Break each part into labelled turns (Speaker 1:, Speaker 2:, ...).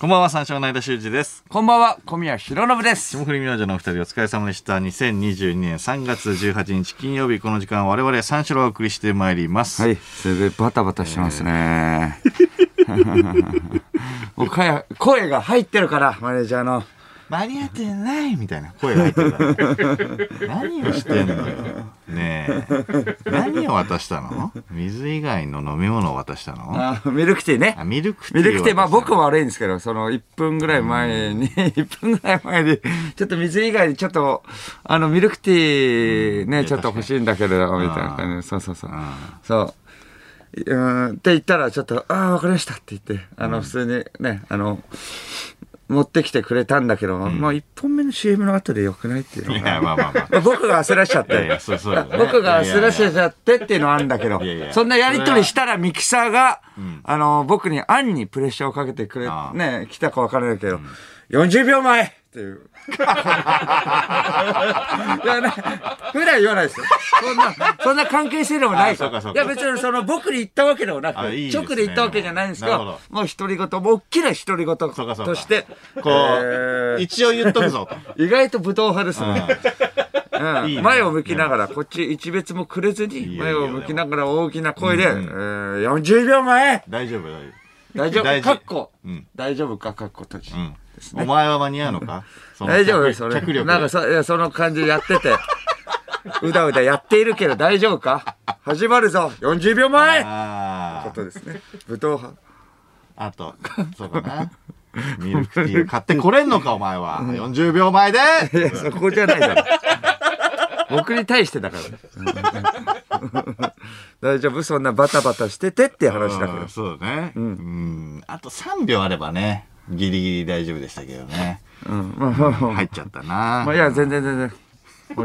Speaker 1: こんばんは、三照の間修二です。
Speaker 2: こんばんは、小宮弘信です。
Speaker 1: 霜降り明星のお二人お疲れ様でした。2022年3月18日金曜日、この時間我々三照をお送りしてまいります。
Speaker 2: はい、それでバタバタしてますね。 もうかや声が入ってるから、マネージャーの。
Speaker 1: 間に合ってないみたいな声が入ってた。 何をしてんのよ。ねえ。何を渡したの水以外の飲み物を渡したの
Speaker 2: あミルクティーね
Speaker 1: あ、。ミルクティ
Speaker 2: ミ
Speaker 1: ーを渡したの。
Speaker 2: ルクティー、まあ僕も悪いんですけど、その1分ぐらい前に、1分ぐらい前に、ちょっと水以外にちょっと、あのミルクティーね、ちょっと欲しいんだけれど、みたいな感じで、そうそうそう。そう。うーんって言ったら、ちょっと、ああ、わかりましたって言って、あの、普通にね、あの、持ってきてくれたんだけど、まあ1本目の CM の後でよくないっていうの
Speaker 1: い
Speaker 2: が
Speaker 1: や、まあまあまあ。
Speaker 2: 僕が焦らしちゃっ
Speaker 1: いやい
Speaker 2: て
Speaker 1: やそうそうだね。
Speaker 2: 僕が焦らし
Speaker 1: いやい
Speaker 2: ちゃってっていうのはあるんだけど
Speaker 1: いやいや
Speaker 2: そんなやり取りしたらミキサーが、あの僕に暗にプレッシャーをかけてくれ
Speaker 1: ああ
Speaker 2: ね来たか分からないけど、40秒前っていう いやね普段言わないですよそんなそんな関係性でもない
Speaker 1: ああそうかそう
Speaker 2: い
Speaker 1: か
Speaker 2: や別にその僕に言ったわけでもな
Speaker 1: あ
Speaker 2: く
Speaker 1: いいですね
Speaker 2: 直で言ったわけじゃないんですけ
Speaker 1: な
Speaker 2: ど
Speaker 1: るほど
Speaker 2: もう独り言もう大きな独り言
Speaker 1: そうかそうか
Speaker 2: として
Speaker 1: やこう、
Speaker 2: えー
Speaker 1: 一応言っとくぞと。
Speaker 2: 意外と武闘派ですねうん
Speaker 1: いいね
Speaker 2: 前を向きながら、こっち一別もくれずに、
Speaker 1: よ
Speaker 2: 前を向きながら大きな声で、えー40秒前
Speaker 1: 大丈夫、大丈夫。
Speaker 2: 大丈
Speaker 1: 大
Speaker 2: 夫
Speaker 1: 事
Speaker 2: かっこ
Speaker 1: うん。
Speaker 2: 大丈夫かかっこ閉じ。
Speaker 1: うんお前は間に合うのかその
Speaker 2: 大丈夫
Speaker 1: 脚
Speaker 2: それ。
Speaker 1: 脚力
Speaker 2: なんかそいやその感じやってて、うだうだやっているけど大丈夫か始まるぞ !40 秒前
Speaker 1: あ
Speaker 2: ことですね。武闘派。
Speaker 1: あ。あと、そうだな。ミルクティー買ってこれんのか、お前は。40秒前で
Speaker 2: いや、そこじゃないだろ。僕に対してだから。 大丈夫そんなバタバタしててっていう話だか
Speaker 1: う
Speaker 2: ら
Speaker 1: ん。そうだね。うん。あと3秒あればね、ギリギリ大丈夫でしたけどね。
Speaker 2: うん。まあまあまあ
Speaker 1: 入っちゃったな。
Speaker 2: まあ、いや、全然全然。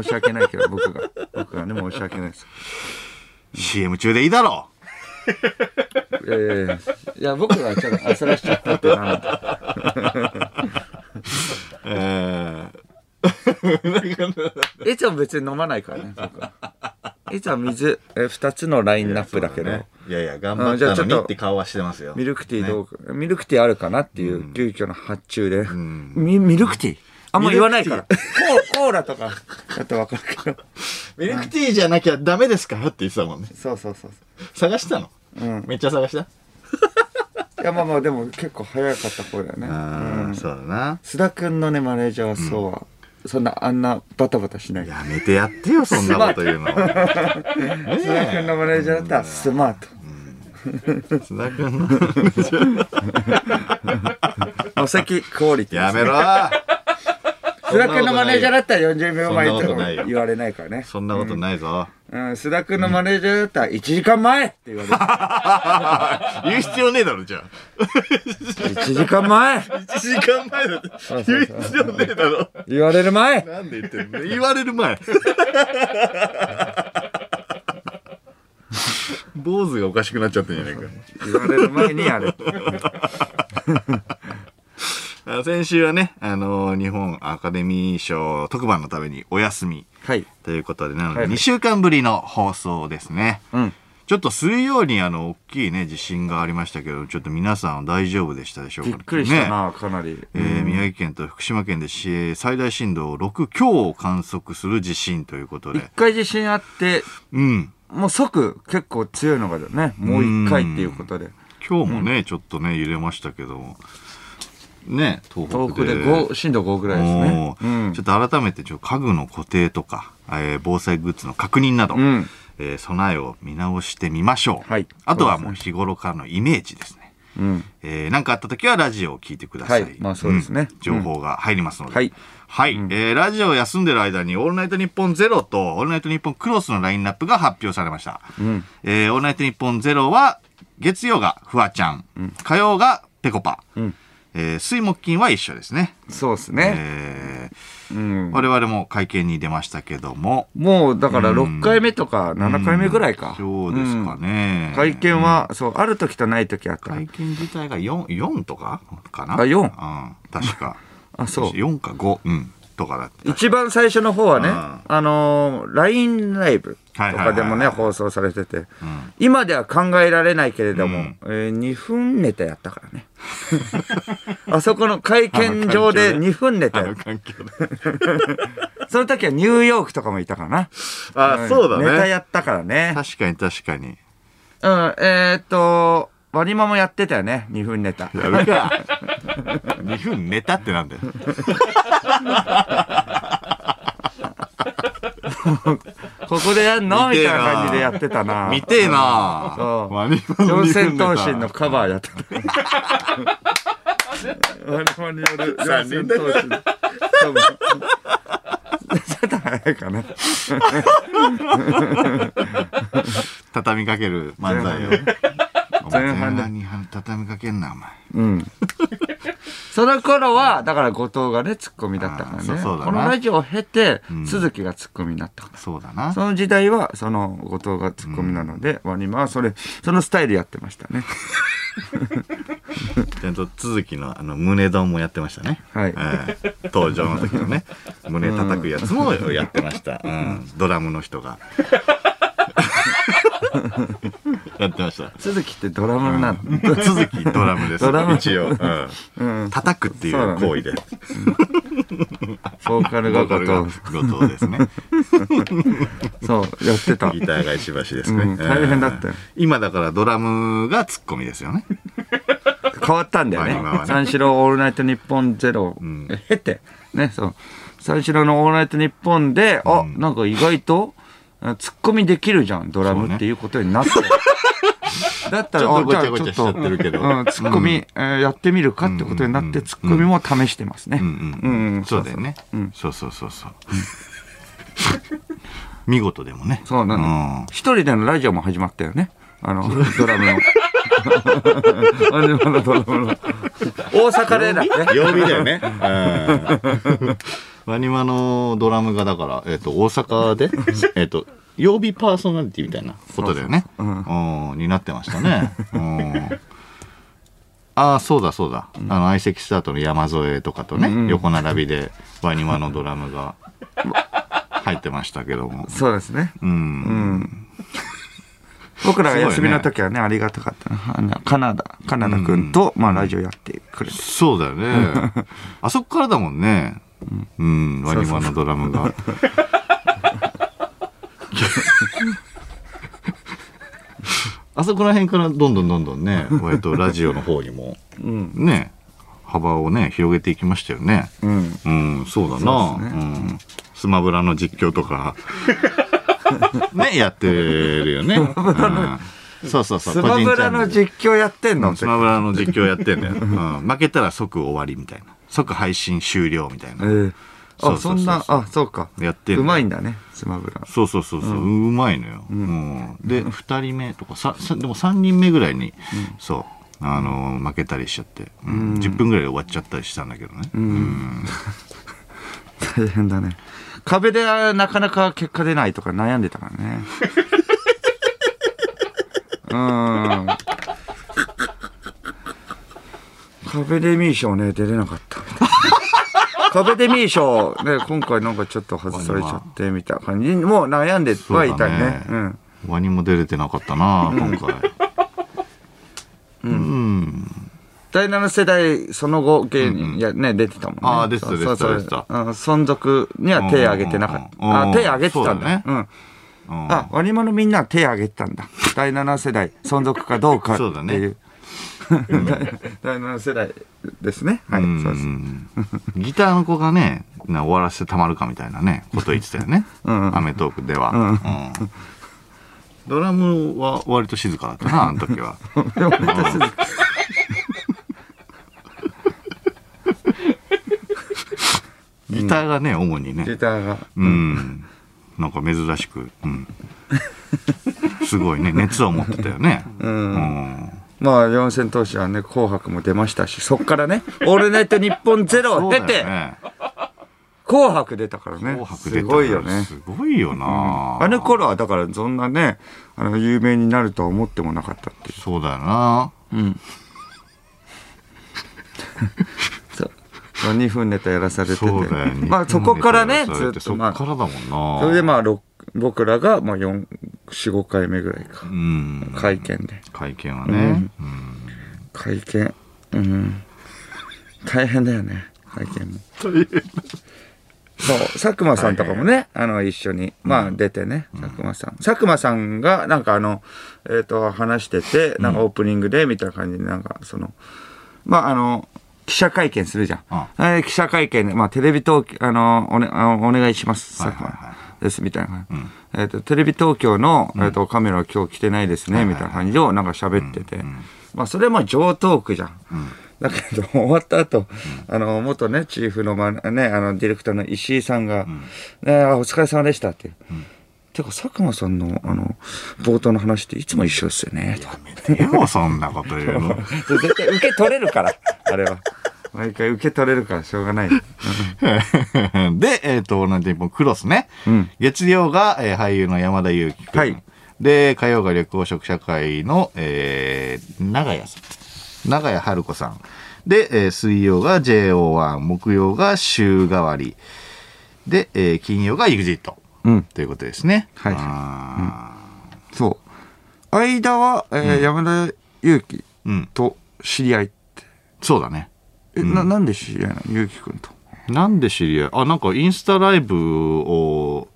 Speaker 2: 申し訳ないけど、僕が。僕がね、申し訳ないです。
Speaker 1: CM 中でいいだろ
Speaker 2: いやいやいや。いや、僕がちょっと焦らしちゃったってなんだ。
Speaker 1: う。 え
Speaker 2: いつも別に飲まないからね、僕は。いつも水、え2つのラインナップだけど、
Speaker 1: ね。いやいや、頑
Speaker 2: う
Speaker 1: 張
Speaker 2: ん
Speaker 1: っ
Speaker 2: じゃあち
Speaker 1: た
Speaker 2: ょっ
Speaker 1: の
Speaker 2: と
Speaker 1: にって顔はしてますよ。
Speaker 2: ミルクティーどうか、ミルクティーあるかなっていう、急遽の発注で。みミルクティーあんま言わないから。コーコーラとか、だとわかるけど。
Speaker 1: ミルクティーじゃなきゃダメですかって言ってたもんね。
Speaker 2: そうそうそうそう。
Speaker 1: 探したのめっちゃ探した
Speaker 2: いや、まあまあ、でも結構早かった方だよね。
Speaker 1: ああ、そうだな。
Speaker 2: 須田くんのね、マネージャーはそうは、そんな、あんなバタバタしない。
Speaker 1: やめてやってよ、そんなこと 言うの。
Speaker 2: 須田君のマネージャーだったらスマート。
Speaker 1: 津田君の。
Speaker 2: お席クオリティ。
Speaker 1: やめろ
Speaker 2: 須田君のマネージャーだったら40秒前
Speaker 1: そんなこととな
Speaker 2: か
Speaker 1: いよ
Speaker 2: 言われないからね。
Speaker 1: そんなことないぞ。
Speaker 2: うん、須田君のマネージャーだったら1時間前って言われ る。
Speaker 1: 言う必要ねえだろ、じゃ
Speaker 2: 1時間前
Speaker 1: あ。1時間前だって。言う必要ねえだろ。
Speaker 2: 言われる前
Speaker 1: なんで言ってんの言われる前。 坊主がおかしくなっちゃってんじゃねえか。
Speaker 2: 言われる前にやる。
Speaker 1: あ先週はね、あのー日本アカデミー賞特番のためにお休み
Speaker 2: はい。
Speaker 1: ということで、なの
Speaker 2: は
Speaker 1: で
Speaker 2: いはい
Speaker 1: 2週間ぶりの放送ですね。
Speaker 2: うん。
Speaker 1: ちょっと水曜にあの、大きいね、地震がありましたけど、ちょっと皆さんは大丈夫でしたでしょうか
Speaker 2: びっくりしたな、かなり。
Speaker 1: ねえー宮城県と福島県で市営最大震度6強を観測する地震ということ
Speaker 2: 一
Speaker 1: で。
Speaker 2: 回地震あって、
Speaker 1: うん。
Speaker 2: もう即結構強いのがだよね。もう一回っていうことで。
Speaker 1: 今日もね、ちょっとね、揺れましたけども。ね、東
Speaker 2: 東
Speaker 1: 北
Speaker 2: 北
Speaker 1: で。
Speaker 2: で5、震度5ぐらいですね
Speaker 1: お。
Speaker 2: う
Speaker 1: ー
Speaker 2: ん
Speaker 1: ちょ。っと改めて、ちょ家具の固定とか、えー防災グッズの確認など、
Speaker 2: うん
Speaker 1: えー備えを見直してみましょう。
Speaker 2: はい
Speaker 1: あとはもう日頃からのイメージですね。
Speaker 2: うん。
Speaker 1: えー、なんかあった時はラジオを聞いてください。
Speaker 2: はいまあそうですね
Speaker 1: ん情報が入りますので。
Speaker 2: うんはい。
Speaker 1: はい。えーラジオを休んでる間に、オールナイトニッポンゼロと、オールナイトニッポンクロスのラインナップが発表されました。
Speaker 2: うん。
Speaker 1: えーオールナイトニッポンゼロは、月曜がフワちゃん、火曜がペコパ、
Speaker 2: うん
Speaker 1: えー水木金は一緒ですね。
Speaker 2: そうですね。
Speaker 1: えー
Speaker 2: うん。
Speaker 1: 我々も会見に出ましたけども。
Speaker 2: もうだから
Speaker 1: うん
Speaker 2: 6回目とか7回目ぐらいか。
Speaker 1: そうですかね
Speaker 2: う。ん。会見は、そう、ある時とない時あった。
Speaker 1: 会見自体が4、4とかかな
Speaker 2: あ四
Speaker 1: うん。確か。
Speaker 2: あ、そう。
Speaker 1: 4か5。うん。とかだって。
Speaker 2: 一番最初の方はね、
Speaker 1: うん
Speaker 2: あのー、LINE ライブと
Speaker 1: はいはいは
Speaker 2: か
Speaker 1: い
Speaker 2: でもね、放送されてて、今では考えられないけれども、
Speaker 1: うん
Speaker 2: え2分ネタやったからね。 あそこの会見場で2分ネタ
Speaker 1: あ
Speaker 2: やっ
Speaker 1: の環境 で。
Speaker 2: た。その時はニューヨークとかもいたからな。
Speaker 3: あ
Speaker 2: ん
Speaker 3: そうだね
Speaker 2: ネタやったからね。
Speaker 1: 確かに確かに。
Speaker 2: うん、えーっと、ワニマもやってたよね、2分ネタ。
Speaker 1: やるか。2分寝たってなんだよ。
Speaker 2: ここでやんの
Speaker 1: 見
Speaker 2: み
Speaker 1: てえ
Speaker 2: たい
Speaker 1: な
Speaker 2: な感じでやってたな。
Speaker 1: 見てえな
Speaker 2: そう
Speaker 1: ワニマの
Speaker 2: 四
Speaker 1: 二分
Speaker 2: 千
Speaker 1: ネタ
Speaker 2: 頭身のカバーやってた。我々による四千頭身。多分ちょっと早いかな。
Speaker 1: 畳みかける漫才を。お前
Speaker 2: 前半で
Speaker 1: 前半に畳みかけんな、お前。
Speaker 2: うん。その頃は、だから後藤がね、ツッコミだったから
Speaker 1: あーそう
Speaker 2: ね。
Speaker 1: そうだな
Speaker 2: このラジオを経て
Speaker 1: ん、
Speaker 2: 鈴木がツッコミになったから。
Speaker 1: そうだな
Speaker 2: そ。の時代は、その後藤がツッコミなので、ワニマはそれ、そのスタイルやってましたね。
Speaker 1: ちゃんと続きのあの胸丼もやってましたね。
Speaker 2: はい
Speaker 1: ええ登場の時のね、胸叩くやつもやってました。うんドラムの人が。 やってました。
Speaker 2: 鈴木ってドラムなの。
Speaker 1: 続きドラムです。
Speaker 2: ドラム
Speaker 1: 一応、うん
Speaker 2: うん。
Speaker 1: 叩くっていう
Speaker 2: そうだね
Speaker 1: 行為で。
Speaker 2: ボーカルが
Speaker 1: ボーカルが
Speaker 2: 後
Speaker 1: 後 藤
Speaker 2: 藤。
Speaker 1: です ね。
Speaker 2: そう、やってた。
Speaker 1: ギターが石橋ですね。
Speaker 2: うん大変だったよ
Speaker 1: ええ今だからドラムがツッコミですよね。
Speaker 2: 変わったんだよ
Speaker 1: まあ今は
Speaker 2: ね。
Speaker 1: ね
Speaker 2: 三四郎オールナイトニッポンゼロを
Speaker 1: ん
Speaker 2: 経て、ね、そう。三四郎のオールナイトニッポンで、あ、なんか意外と、あツッコミできるじゃん、ドラ
Speaker 1: そう
Speaker 2: ム
Speaker 1: ね
Speaker 2: っていうことに なって。だった
Speaker 1: ち
Speaker 2: ら、
Speaker 1: ょっ
Speaker 2: あ
Speaker 1: と
Speaker 2: じ
Speaker 1: ご
Speaker 2: ゃ
Speaker 1: ち
Speaker 2: あ
Speaker 1: ゃごちゃし
Speaker 2: ち
Speaker 1: ちゃ
Speaker 2: ょっ
Speaker 1: っ
Speaker 2: と
Speaker 1: てるけど。
Speaker 2: うん、ツッコミ、えーやってみるかってことになって、ツッコミも試してますね。
Speaker 1: う
Speaker 2: うんん、
Speaker 1: うんそうだよね。そうそうそうそう。見事でもね。
Speaker 2: そうなの
Speaker 1: ん。
Speaker 2: 一人でのラジオも始まったよね。あの、ドラ ムの。 あれまだドラムの。大阪でだね。
Speaker 1: 曜日だよ ね。ワニマのドラムがだから、えっ、と、大阪 で、えっ、と、曜日パーソナリティみたいなことだよね。うんになってましたね。うんああ、そうだそうだ。あの、相席スタートの山添とかとね、横並びでワニマのドラム が入ってましたけども。
Speaker 2: そうですね。
Speaker 1: うん
Speaker 2: 僕らが休みの時はね、ありがたかったな。あのカナダ、カナダくんと、まあ、ラジオやってくれて。
Speaker 1: そうだよ ね。あそこからだもんね。うん、ワニマのドラムが。 あそこら辺からどんどんどんどんね、割とラジオの方にも、ね、幅をね、広げていきましたよね。
Speaker 2: うん。
Speaker 1: うん、そうだな。
Speaker 2: そうです
Speaker 1: うんスマブラの実況と か、ね、やってるよね。うんそうそうそう。
Speaker 2: スマブラ
Speaker 1: 個
Speaker 2: の
Speaker 1: 人チャンネル
Speaker 2: 実況やってんのって
Speaker 1: ス。マブラの実況やって んだよ、うん、負けたら即終わりみたいな即配信終了みたい
Speaker 2: え
Speaker 1: な
Speaker 2: え。
Speaker 1: そう
Speaker 2: あ、
Speaker 1: そ
Speaker 2: そう
Speaker 1: そうん
Speaker 2: な、あ、そうか。
Speaker 1: やってんの
Speaker 2: うまいんだね、スマブラ。
Speaker 1: そうそうそうそう、うまいのよ、うんで2人目とかささでも3人目ぐらいに、そうあのー負けたりしちゃって、うん10分ぐらいで終わっちゃったりしたんだけどね、うん
Speaker 2: 大変だね。壁であなかなか結果出ないとか悩んでたからね。うん。壁デミー賞ね、出れなかった。壁デミー賞ね、今回なんかちょっと外されちゃってみたいな感じに、もう悩んではいたね。
Speaker 1: そう
Speaker 2: う
Speaker 1: だ
Speaker 2: ん。
Speaker 1: ワニも出れてなかったな今回うん、
Speaker 2: 第7世代その後芸人、いやね、出てたもんね。
Speaker 1: あー出てた
Speaker 2: そうそう
Speaker 1: 出てた
Speaker 2: そううん存続には手挙げてなかった。
Speaker 1: うんうんうんうん
Speaker 2: あ、手挙げてたんだ。
Speaker 1: そうだね
Speaker 2: うん。
Speaker 1: うん
Speaker 2: あ、ワニマのみんなは手挙げてたんだ。第7世代、存続かどうかって
Speaker 1: そうだね
Speaker 2: いう 第7世代ですね。はい、
Speaker 1: うん
Speaker 2: そうです。
Speaker 1: ギターの子がね、な終わらせてたまるかみたいなね、こと言ってたよ ね。
Speaker 2: うん
Speaker 1: アメトークでは、うんドラムは割と静かだった な、あの時は。
Speaker 2: でも私
Speaker 1: ギターがね、主に
Speaker 2: ギ
Speaker 1: ね。
Speaker 2: ターが。
Speaker 1: うん。なんか珍しく、うん。 すごいね、熱を持ってたよね。うん
Speaker 2: まあ、四千頭身はね、紅白も出ましたし、そっからね、オールナイト日本ゼロ
Speaker 1: そ
Speaker 2: を
Speaker 1: うだ
Speaker 2: 経
Speaker 1: よ
Speaker 2: て、
Speaker 1: ね
Speaker 2: 紅白出たからね。
Speaker 1: 紅白出た
Speaker 2: すごいよね。
Speaker 1: すごいよな。
Speaker 2: あの頃はだからそんなね、あの、有名になるとは思ってもなかったっていう。
Speaker 1: そうだよな。
Speaker 2: うん。そう。そう2分ネタやらされてて、
Speaker 1: そうだよ
Speaker 2: まあそこからねずっと
Speaker 1: そ
Speaker 2: ま
Speaker 1: っ
Speaker 2: あ
Speaker 1: からだもんな。
Speaker 2: それでまあろく僕らがまあ45回目ぐらいか
Speaker 1: うん。
Speaker 2: 会見で
Speaker 1: 会見はね。
Speaker 2: 会見うん大変だよね会見もそう佐久間さんとかもねあの一緒にまあ出てね佐久間さん佐久間さんがなんかあのえっ、と話しててなんかオープニングでみたいな感じでなんかそのまああの記者会見するじゃん。えー記者会見で、まあ、テレビ東京、あの、お,、ね、あのお願いします、佐久
Speaker 1: はいはい
Speaker 2: 間です、みたいな。えっと、テレビ東京の、えっと、カメラは今日来てないですね、みたいな感じをなんか喋ってて。まあ、それはまあ、上トークじゃん。だけど、終わった後、あの、元ね、チーフのま、ね、あの、ディレクターの石井さんが、ね、あお疲れ様でしたって。てか、佐久間さんの、あの、冒頭の話っていつも一緒ですよね、とか
Speaker 1: でもそんなこと言うの。
Speaker 2: それ絶対受け取れる から、あれは。毎回受け取れるからしょうがない。
Speaker 1: で、えっ、と、同じもクロスね。
Speaker 2: ん
Speaker 1: 月曜が、えー俳優の山田裕貴君。
Speaker 2: はい
Speaker 1: で、火曜が緑黄色社会の、えー、長屋さん。長屋春子さん。で、えー水曜が JO1、木曜が週替わり。で、えー金曜が EXIT。
Speaker 2: うん
Speaker 1: ということですね。
Speaker 2: はい
Speaker 1: あ
Speaker 2: そう。間は、えー山田裕貴
Speaker 1: ーうん。
Speaker 2: と知り合いって。
Speaker 1: そうだね。
Speaker 2: え、な、なんで知り合いなの裕貴くんと。
Speaker 1: なんで知り合いあ、なんかインスタライブを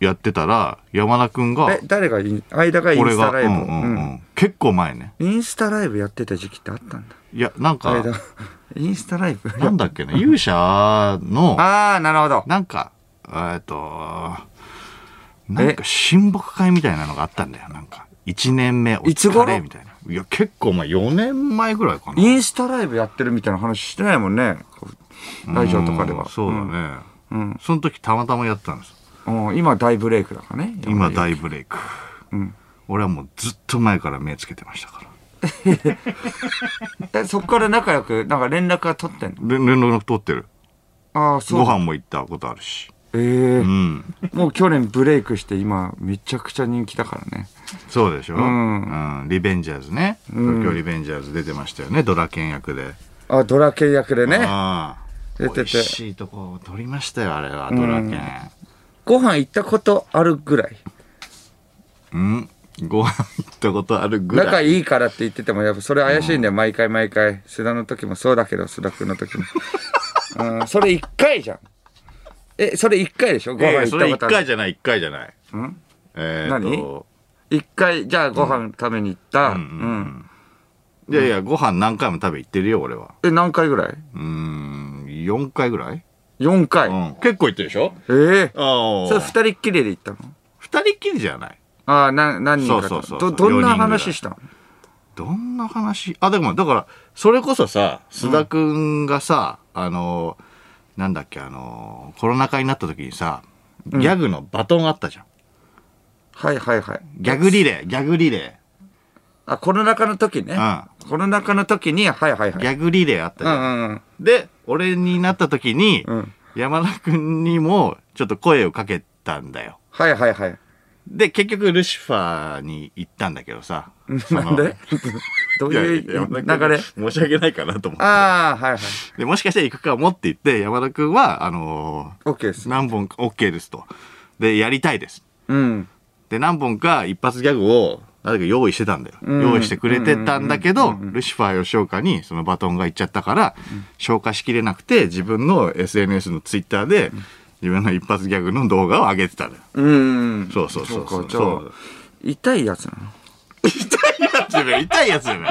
Speaker 1: やってたら、山田くんが
Speaker 2: え、、誰がイン、間がイン
Speaker 1: 俺
Speaker 2: スタ
Speaker 1: が、
Speaker 2: ライブを。
Speaker 1: うんうんうん
Speaker 2: うん
Speaker 1: 結構前ね。
Speaker 2: インスタライブやってた時期ってあったんだ。
Speaker 1: いや、なんか、
Speaker 2: 間。インスタライブ
Speaker 1: なんだっけな、勇者の、
Speaker 2: ああ、なるほど。
Speaker 1: なんか、えっと、なんか親睦会みたいなのがあったんだよ、なんか。1年目お
Speaker 2: いつ頃
Speaker 1: 疲れみたいな。いや、結構前、4年前ぐらいかな。
Speaker 2: インスタライブやってるみたいな話してないもんね。ラジオとかで
Speaker 1: う
Speaker 2: は。
Speaker 1: んそうだね。
Speaker 2: うん。
Speaker 1: その時たまたまやったんです。
Speaker 2: うん。うん今大ブレイクだからね。
Speaker 1: 今大ブレイク。俺はもうずっと前から目つけてましたから。
Speaker 2: え、そっから仲良く、なんか連絡は取ってんの
Speaker 1: 連連絡取ってる。
Speaker 2: ああ、そう。
Speaker 1: ご飯も行ったことあるし。
Speaker 2: ええ
Speaker 1: うん。
Speaker 2: もう去年ブレイクして今めちゃくちゃ人気だからね。
Speaker 1: そうでしょ、うんんリベンジャーズね。東京リベンジャーズ出てましたよね、ドラケン役で。
Speaker 2: あ、ドラケン役でね。
Speaker 1: ああ
Speaker 2: 出てて
Speaker 1: 美味しいとこ取りましたよあれはドラケン
Speaker 2: ご飯行ったことあるぐらい。
Speaker 1: うん、ご飯行ったことあるぐら
Speaker 2: 仲
Speaker 1: い
Speaker 2: いいからって言ってても、やっぱそれ怪しいんだよ、毎回毎回。須田の時もそうだけど、須田君 の時も。うん、それ一回じゃん。え、それ一回でしょご
Speaker 1: いやい
Speaker 2: 飯
Speaker 1: や
Speaker 2: 行
Speaker 1: そ
Speaker 2: った
Speaker 1: れ
Speaker 2: こ
Speaker 1: 一
Speaker 2: とある。
Speaker 1: 回じゃない一回じゃない
Speaker 2: ん
Speaker 1: えー、っと
Speaker 2: 一回、じゃあご飯食べに行った。うん。
Speaker 1: いやいやご飯何回も食べ行ってるよ俺は
Speaker 2: え、何回ぐらいう
Speaker 1: ーん4回ぐらい、
Speaker 2: ?4 回。
Speaker 1: うん、結構行ってるでしょ
Speaker 2: ええ
Speaker 1: あ
Speaker 2: それ
Speaker 1: あ
Speaker 2: 二人っきりで行ったの
Speaker 1: 二人っきりじゃない
Speaker 2: ああ、な、何人かと。
Speaker 1: そうそうそうそう
Speaker 2: ど、どん
Speaker 1: 四人ぐ
Speaker 2: な
Speaker 1: らい
Speaker 2: 話したの
Speaker 1: どんな話あでもだからそれこそさ須田くんがさ、あのなんだっけあのコロナ禍になった時にさギャグのバトンあったじゃん、
Speaker 2: はいはいはい。
Speaker 1: ギャグリレーギャグリレ
Speaker 2: あ、コロナ禍の時ね。
Speaker 1: う
Speaker 2: コロナ禍の時に、はいはいは
Speaker 1: ー
Speaker 2: い。
Speaker 1: ギャグリレーあった
Speaker 2: う
Speaker 1: じゃん、
Speaker 2: んうんうん。
Speaker 1: で俺になった時に、
Speaker 2: うん
Speaker 1: 山田くんにもちょっと声をかけたんだよ
Speaker 2: はいはいはい。
Speaker 1: で結局ルシファーに行ったんだけどさその
Speaker 2: な んでどう
Speaker 1: いや
Speaker 2: い
Speaker 1: いうや山田
Speaker 2: 流
Speaker 1: 君
Speaker 2: れ
Speaker 1: に申し訳ないかなと思って
Speaker 2: ああ、はいはい。
Speaker 1: でもしかして行くかもって言って山田くんはあのー
Speaker 2: OK です。
Speaker 1: 何本か OK ですと。で、やりたいです。
Speaker 2: うん。
Speaker 1: で、何本か一発ギャグを、なぜか用意してたんだよ。
Speaker 2: ん
Speaker 1: 用意してくれてたんだけど、ルシファー吉岡にそのバトンがいっちゃったから、消化しきれなくて、自分の SNS のツイッターで、自分の一発ギャグの動画を上げてたのよ。
Speaker 2: うん。
Speaker 1: そうそうそう
Speaker 2: そ
Speaker 1: そうう
Speaker 2: かじゃあ
Speaker 1: そう。
Speaker 2: 痛いやつなの
Speaker 1: 痛いやつじゃな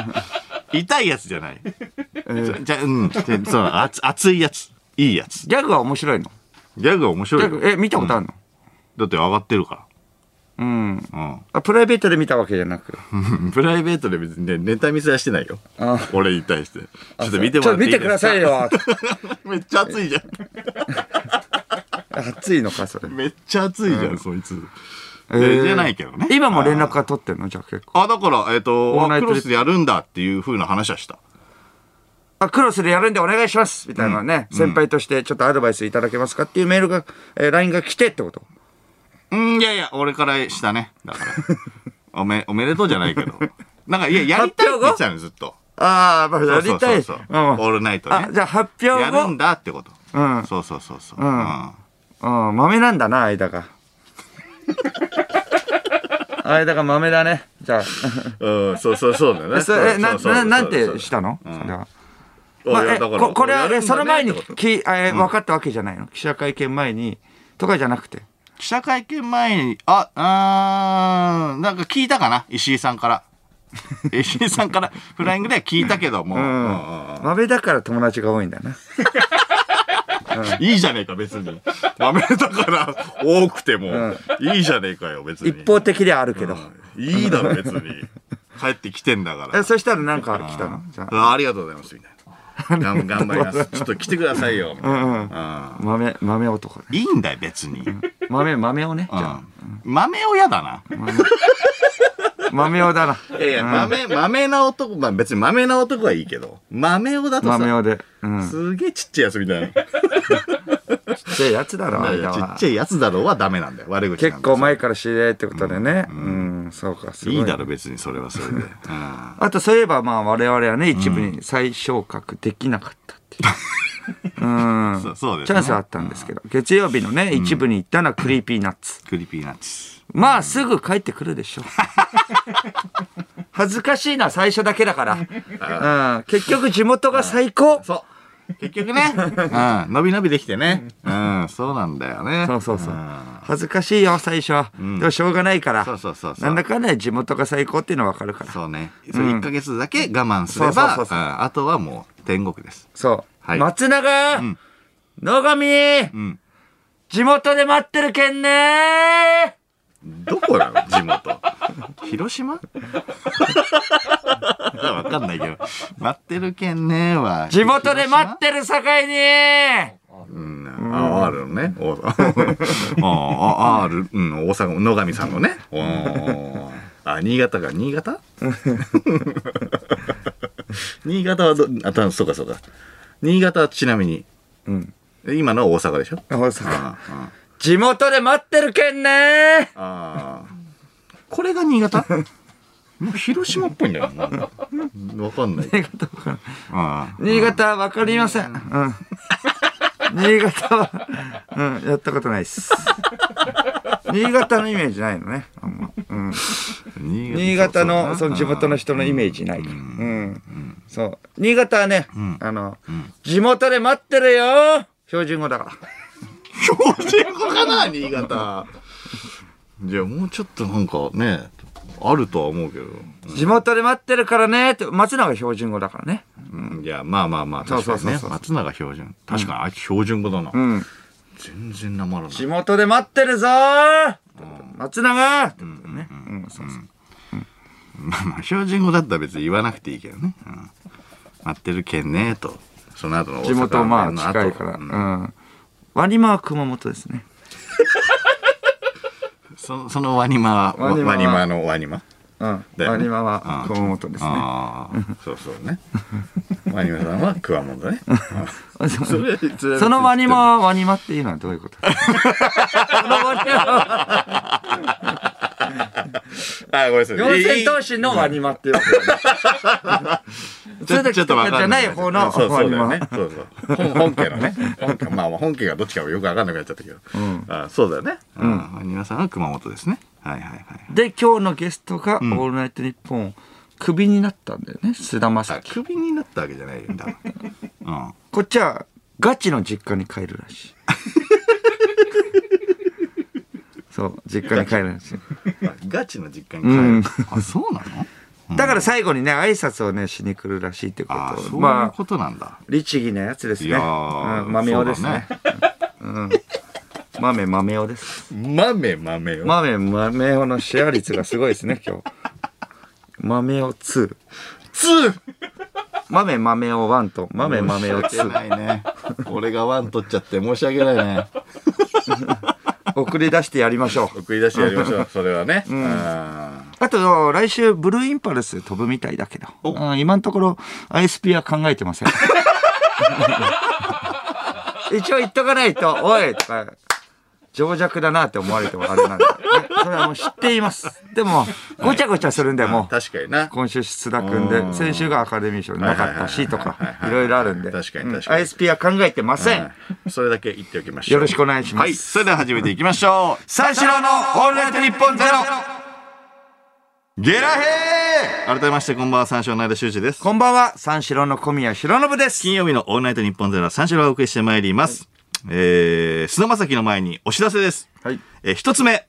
Speaker 1: い。痛いやつじゃない。痛いやつじゃない。じゃ、うん。でその、熱熱いやつ。いいやつ。
Speaker 2: ギャグは面白いの
Speaker 1: ギャグは面
Speaker 2: ギ
Speaker 1: 白
Speaker 2: ャ
Speaker 1: いよ。
Speaker 2: グ、え、見たことあるの
Speaker 1: だって上がってるか
Speaker 2: うん。
Speaker 1: ら。うん。
Speaker 2: あ、プライベートで見たわけじゃなく。
Speaker 1: プライベートで別にね、ネタ見せはしてないよ。
Speaker 2: あ
Speaker 1: 俺に対して。ちょっと見てもらっていい
Speaker 2: ちょっと見てくださいよ。
Speaker 1: い。 めっちゃ熱いじゃん。
Speaker 2: 熱いのか、それ。
Speaker 1: めっちゃ熱いじゃん、そいつ。
Speaker 2: えー
Speaker 1: でじゃないけどね。
Speaker 2: 今も連絡は取ってんのじゃあ結構。
Speaker 1: あ、だから、えっと、
Speaker 2: オールナ
Speaker 1: あ
Speaker 2: イト
Speaker 1: クロスやるんだっていう風な話はした。
Speaker 2: あ、クロスでやるんでお願いしますみたいなね、先輩としてちょっとアドバイスいただけますかっていうメールが、えー、LINE が来てってこと
Speaker 1: うん、いやいや、俺から したね。だから。おめ、おめでとうじゃないけど。なんか、いや、やりたいって言ってたのよずっと。
Speaker 2: ああ、まあ、やりたい。
Speaker 1: そうそうそう
Speaker 2: うん
Speaker 1: オールナイトね
Speaker 2: あ、じゃあ発表
Speaker 1: やるん
Speaker 2: 後、
Speaker 1: だってこと。
Speaker 2: うん
Speaker 1: そうそうそうそう。
Speaker 2: うんうん、豆なんだな、間 が。間が豆だね。じゃあ。
Speaker 1: うん、そうそうそうだ
Speaker 2: え、
Speaker 1: ね。
Speaker 2: それえな、な、なんてしたのそ
Speaker 1: うん
Speaker 2: れは。
Speaker 1: ま
Speaker 2: まあ、え、ここれは、えその前に、き、え、分かったわけじゃないの記者会見前に、とかじゃなくて。
Speaker 1: 記者会見前に、あ、あーなんか聞いたかな石井さん から。石井さんからフライングでは聞いたけども、
Speaker 2: うん
Speaker 1: うんうん
Speaker 2: 豆だから友達が多いんだよな。
Speaker 1: いいじゃねえか別に豆だから多くても、いいじゃねえかよ別に
Speaker 2: 一方的ではあるけど。
Speaker 1: いいだろ別に帰ってきてんだから
Speaker 2: え、そしたらなんか来たのじゃあ。
Speaker 1: あありがとうございますみたいな頑頑張り ますちょっと来てくださいよみたいな、うん
Speaker 2: 豆、豆男ね。
Speaker 1: いいんだよ別に、
Speaker 2: 豆、豆をね。じゃ
Speaker 1: うん豆親だな
Speaker 2: あ。豆をだな。
Speaker 1: いやいや、豆、豆な男、まあ別に豆な男はいいけど、豆男だとさ、
Speaker 2: 豆をで。うん。ちっ
Speaker 1: すげえちっちゃいやつみ たいな。い
Speaker 2: ちゃいやつだろ、
Speaker 1: やい
Speaker 2: 間
Speaker 1: やち
Speaker 2: は
Speaker 1: っち。ゃいやつだろうはダメなんだよ、悪口なんだ
Speaker 2: 結構前から知り合いってことでね。うん、そうか、すごい。
Speaker 1: いいだろ、別にそれはそれで。うん
Speaker 2: あとそういえばまあ我々はね一部に再昇格できなかったって いう、うん
Speaker 1: そうそうです
Speaker 2: チ
Speaker 1: ね
Speaker 2: ャンスはあったんですけど月曜日のね一部に行ったのはクリーピーナッツ、
Speaker 1: クリピーナッツ。
Speaker 2: まあすぐ帰ってくるで しょう恥ずかしいな最初だけだから、うん、結局地元が最高
Speaker 1: そう。結局ね、うん、伸び伸びできてね。うん、そうなんだよね。
Speaker 2: そうそうそうん恥ずかしいよ最初、でもしょうがないから
Speaker 1: そうそうそうそう
Speaker 2: なんだかんだ地元が最高っていうのは分かるから
Speaker 1: そうね。それ1ヶ月だけ我慢すれ
Speaker 2: そうそう
Speaker 1: ば、
Speaker 2: そうそう
Speaker 1: うんあとはもう天国です。
Speaker 2: そう、
Speaker 1: はい
Speaker 2: 松永、
Speaker 1: ん
Speaker 2: 野上、
Speaker 1: ん
Speaker 2: 地元で待ってるけんね
Speaker 1: どこなの地元。広島わかんないけど。待ってるけんねーは。
Speaker 2: 地元で待ってる境に
Speaker 1: うん、あ、あるのね。お ああ、あある、うん、大阪、野上さんのね。おーあ、新潟か、新潟 新潟はど、あ、たそうかそうか。新潟はちなみに、
Speaker 2: うん。
Speaker 1: 今のは大阪でしょ
Speaker 2: 大阪。
Speaker 1: ああ
Speaker 2: 地元で待ってるけんね
Speaker 1: ああ。これが新潟もう広島っぽいんだよな。わかんない。新潟ああ。
Speaker 2: 新潟はわかりません。うん。新潟は、うん、やったことないっす。新潟のイメージないのね。あんまうん
Speaker 1: 新
Speaker 2: 新潟
Speaker 1: そ
Speaker 2: の、そう
Speaker 1: そう
Speaker 2: の地元の人のイメージないから。うん。そう。新潟はね、あの、地元で待ってるよ標準語だから。
Speaker 1: 標準語かな新潟じゃあもうちょっとなんかねあるとは思うけど、
Speaker 2: 地元で待ってるからねって、松永標準語だからね。
Speaker 1: うんいやまあまあまあ確かに
Speaker 2: そうそうそう
Speaker 1: ね
Speaker 2: そう
Speaker 1: 松永標準確かにあいつ標準語だな、
Speaker 2: うん。
Speaker 1: 全然なまらない
Speaker 2: 地元で待ってるぞー松永ってことね。うん、そうそう。
Speaker 1: まあまあ標準語だったら別に言わなくていいけどね、うん待ってるけんねとその後の大阪
Speaker 2: 地元はまあ
Speaker 1: の
Speaker 2: 近いから。う
Speaker 1: うん
Speaker 2: ん。割り間は熊本ですね。
Speaker 1: そそのワニマは
Speaker 2: ワ
Speaker 1: ワ
Speaker 2: ニマは
Speaker 1: ニマのワニマ
Speaker 2: うん。
Speaker 1: だよね
Speaker 2: 割り間は熊本ですね。
Speaker 1: ああそうそうね ワニマさんは熊本ねそれ
Speaker 2: そのワニマはワニマっていうのはどういうこと ですかそのワニマは
Speaker 1: あ、ごめんなさい。
Speaker 2: 四千頭身のワニマっていうわけだね。
Speaker 1: ちょちょっとわかん
Speaker 2: じゃない方の
Speaker 1: そう
Speaker 2: ワ
Speaker 1: そう
Speaker 2: ニ
Speaker 1: だよ
Speaker 2: マ
Speaker 1: ね。。そうそう。本本家のね。本家まあまあ本家がどっちかもよくわかんなくなっちゃったけど。あそうだよね。うん。ワニマさんは熊本ですね。はいはいはい。
Speaker 2: で、今日のゲストがオールナイトニッポンをクビになったんだよね。菅田将
Speaker 1: あ、
Speaker 2: 暉。
Speaker 1: クビになったわけじゃないよ。多分うん。
Speaker 2: こっちはガチの実家に帰る らしい。そう、実家に帰るらしい。
Speaker 1: あガチの実家に帰る。あ、そうなの
Speaker 2: だから最後にね、挨拶をね、しに来るらしいってこ
Speaker 1: あ、
Speaker 2: と
Speaker 1: そ
Speaker 2: を。
Speaker 1: ういう
Speaker 2: まあ、
Speaker 1: ことなんだ。
Speaker 2: 律儀なやつです
Speaker 1: い
Speaker 2: ね。う
Speaker 1: や
Speaker 2: ん豆をですね。。豆豆をです。
Speaker 1: 豆豆よ。
Speaker 2: 豆豆をのシェア率がすごいですね、今日。豆を2。
Speaker 1: ツー
Speaker 2: 豆豆を1と、豆豆を
Speaker 1: 申し訳
Speaker 2: 2。
Speaker 1: ないね。俺がワン取っちゃって申し訳ないね。
Speaker 2: 送り出してやりましょう。
Speaker 1: 送り出してやりまし ょう。それはね。うん。
Speaker 2: あと、来週、ブルーインパルス飛ぶみたいだけど。うん今のところ、ISP は考えてません。 一応言っとかないと、おいとか、情弱だなって思われてもあれなんで、ねそれはもう知っています。でも、ごちゃごちゃするんで、もう。
Speaker 1: 確かにな。
Speaker 2: 今週須田君で、先週がアカデミー賞なかったしとか、いろいろあるんで。
Speaker 1: 確かに
Speaker 2: うん
Speaker 1: 確かに
Speaker 2: ISP は考えてません。
Speaker 1: はいそれだけ言っておきましょう。
Speaker 2: よろしくお願いします
Speaker 1: はい。それでは始めていきましょう。三四郎のオールナイトニッポンゼロ。ゲラヘー改めまして、こんばんは、三四郎の間修二です。
Speaker 2: こんばんは、三四郎の小宮浩信です。
Speaker 1: 金曜日のオールナイトニッポンゼロは三四郎をお送りしてまいります。えー、菅田将暉の前にお知らせです。
Speaker 2: はい。
Speaker 1: えー一つ目。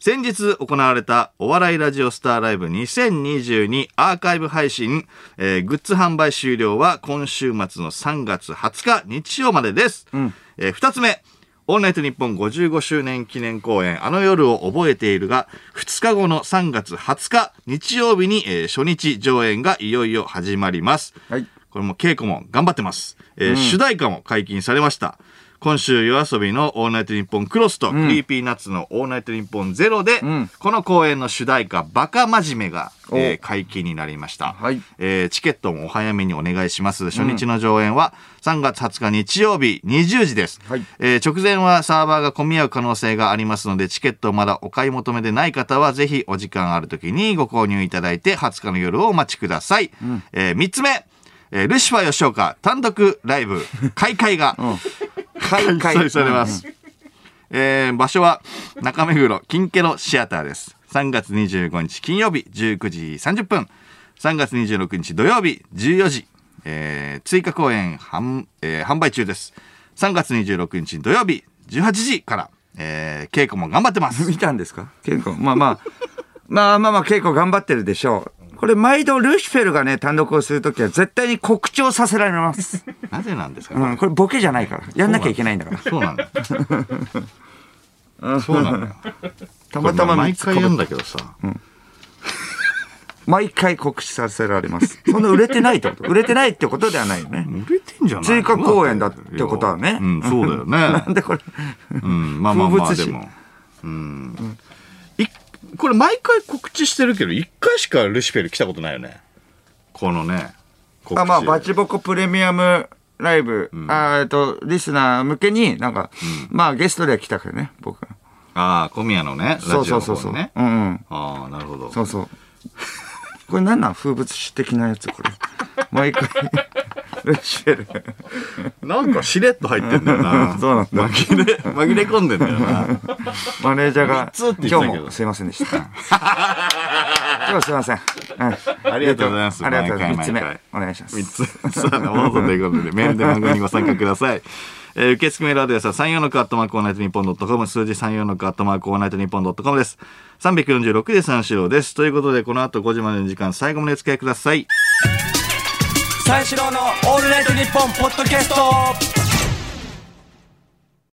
Speaker 1: 先日行われたお笑いラジオスターライブ2022アーカイブ配信、えーグッズ販売終了は今週末の3月20日日曜までです。えー二つ目。オールナイトニッポン55周年記念公演、あの夜を覚えているが、2日後の3月20日日曜日に、えー初日上演がいよいよ始まります。
Speaker 2: はい。
Speaker 1: これも稽古も頑張ってます。えー主題歌も解禁されました。今週、夜遊びのオールナイトニッポンクロスと、クリーピーナッツのオールナイトニッポンゼロで、
Speaker 2: ん
Speaker 1: この公演の主題歌、バカ真面目が、
Speaker 2: お
Speaker 1: えー解禁になりました、
Speaker 2: はい
Speaker 1: えーチケットもお早めにお願いします。初日の上演は3月20日日曜日20時です。
Speaker 2: はい
Speaker 1: えー直前はサーバーが混み合う可能性がありますので、チケットをまだお買い求めでない方は、ぜひお時間ある時にご購入いただいて、20日の夜をお待ちください。え3つ目、えールシファー吉岡単独ライブ、 開会が、
Speaker 2: 開
Speaker 1: 開催されま。す。えー場所は中目黒金ケロシアターです。3月25日金曜日19時30分。3月26日土曜日14時。えー追加公演販,、えー販売中です。3月26日土曜日18時から、えー稽古も頑張ってま
Speaker 2: うん
Speaker 1: す。
Speaker 2: 見たんですか稽古。まあまあ、 まあまあまあ稽古頑張ってるでしょう。これ毎度ルシフェルがね、単独をするときは絶対に告知をさせられます。
Speaker 1: なぜなんですか、
Speaker 2: うん、これボケじゃないから。やんなきゃいけないんだから。
Speaker 1: そうなんだよ。そうなんだよ。
Speaker 2: たまたま
Speaker 1: 毎
Speaker 2: 見つか
Speaker 1: 回
Speaker 2: ぶっ
Speaker 1: 言うんだけどさ。
Speaker 2: 毎回告知させられます。そんな売れてないってこと売れてないってことではないよね。
Speaker 1: 売れてんじゃない
Speaker 2: 追加公演だってことはね
Speaker 1: うん、そうだよね。
Speaker 2: なんでこれ。
Speaker 1: うん、まあまあまあ
Speaker 2: 風物
Speaker 1: で
Speaker 2: 詩
Speaker 1: も、うん、いこれ毎回告知してるけど1回しかルシフェル来たことないよねこのね告知
Speaker 2: あまあ、バチボコプレミアムライブ、あーえっと、リスナー向けに、なんか、まあ、ゲストで来たけどね、僕。
Speaker 1: ああ小宮のねラジオ
Speaker 2: そ
Speaker 1: の
Speaker 2: うそ
Speaker 1: 方
Speaker 2: うそうそう。
Speaker 1: にね
Speaker 2: うんうん。
Speaker 1: ああなるほど
Speaker 2: そうそう。 これなんなん風物詩的なやつ、これ。毎回。ルシフェル。
Speaker 1: なんかしれっと入ってんだよ な
Speaker 2: そうなんだ
Speaker 1: 紛れ紛れ込んでんだよな
Speaker 2: マネージ
Speaker 1: 三
Speaker 2: ャーが、
Speaker 1: つって言
Speaker 2: 今
Speaker 1: ってたけど
Speaker 2: 日もすいません でした。今日はすいません。うん
Speaker 1: ありがとうございます
Speaker 2: ありがとうございます。
Speaker 1: 毎
Speaker 2: 三
Speaker 1: 回毎
Speaker 2: つ目、お願いします。
Speaker 1: 三つ、さあ、生放送という ことで、メールで番組にご参加ください。えー、受付メールアドレスは34のクアットマークオールナイトニッポンドットコム、数字34のクアットマークオールナイトニッポンドットコムです。346で三四郎です。ということで、この後5時までの時間、最後までお付き合いください。
Speaker 3: 三四郎のオールナイトニッポンポッドキャスト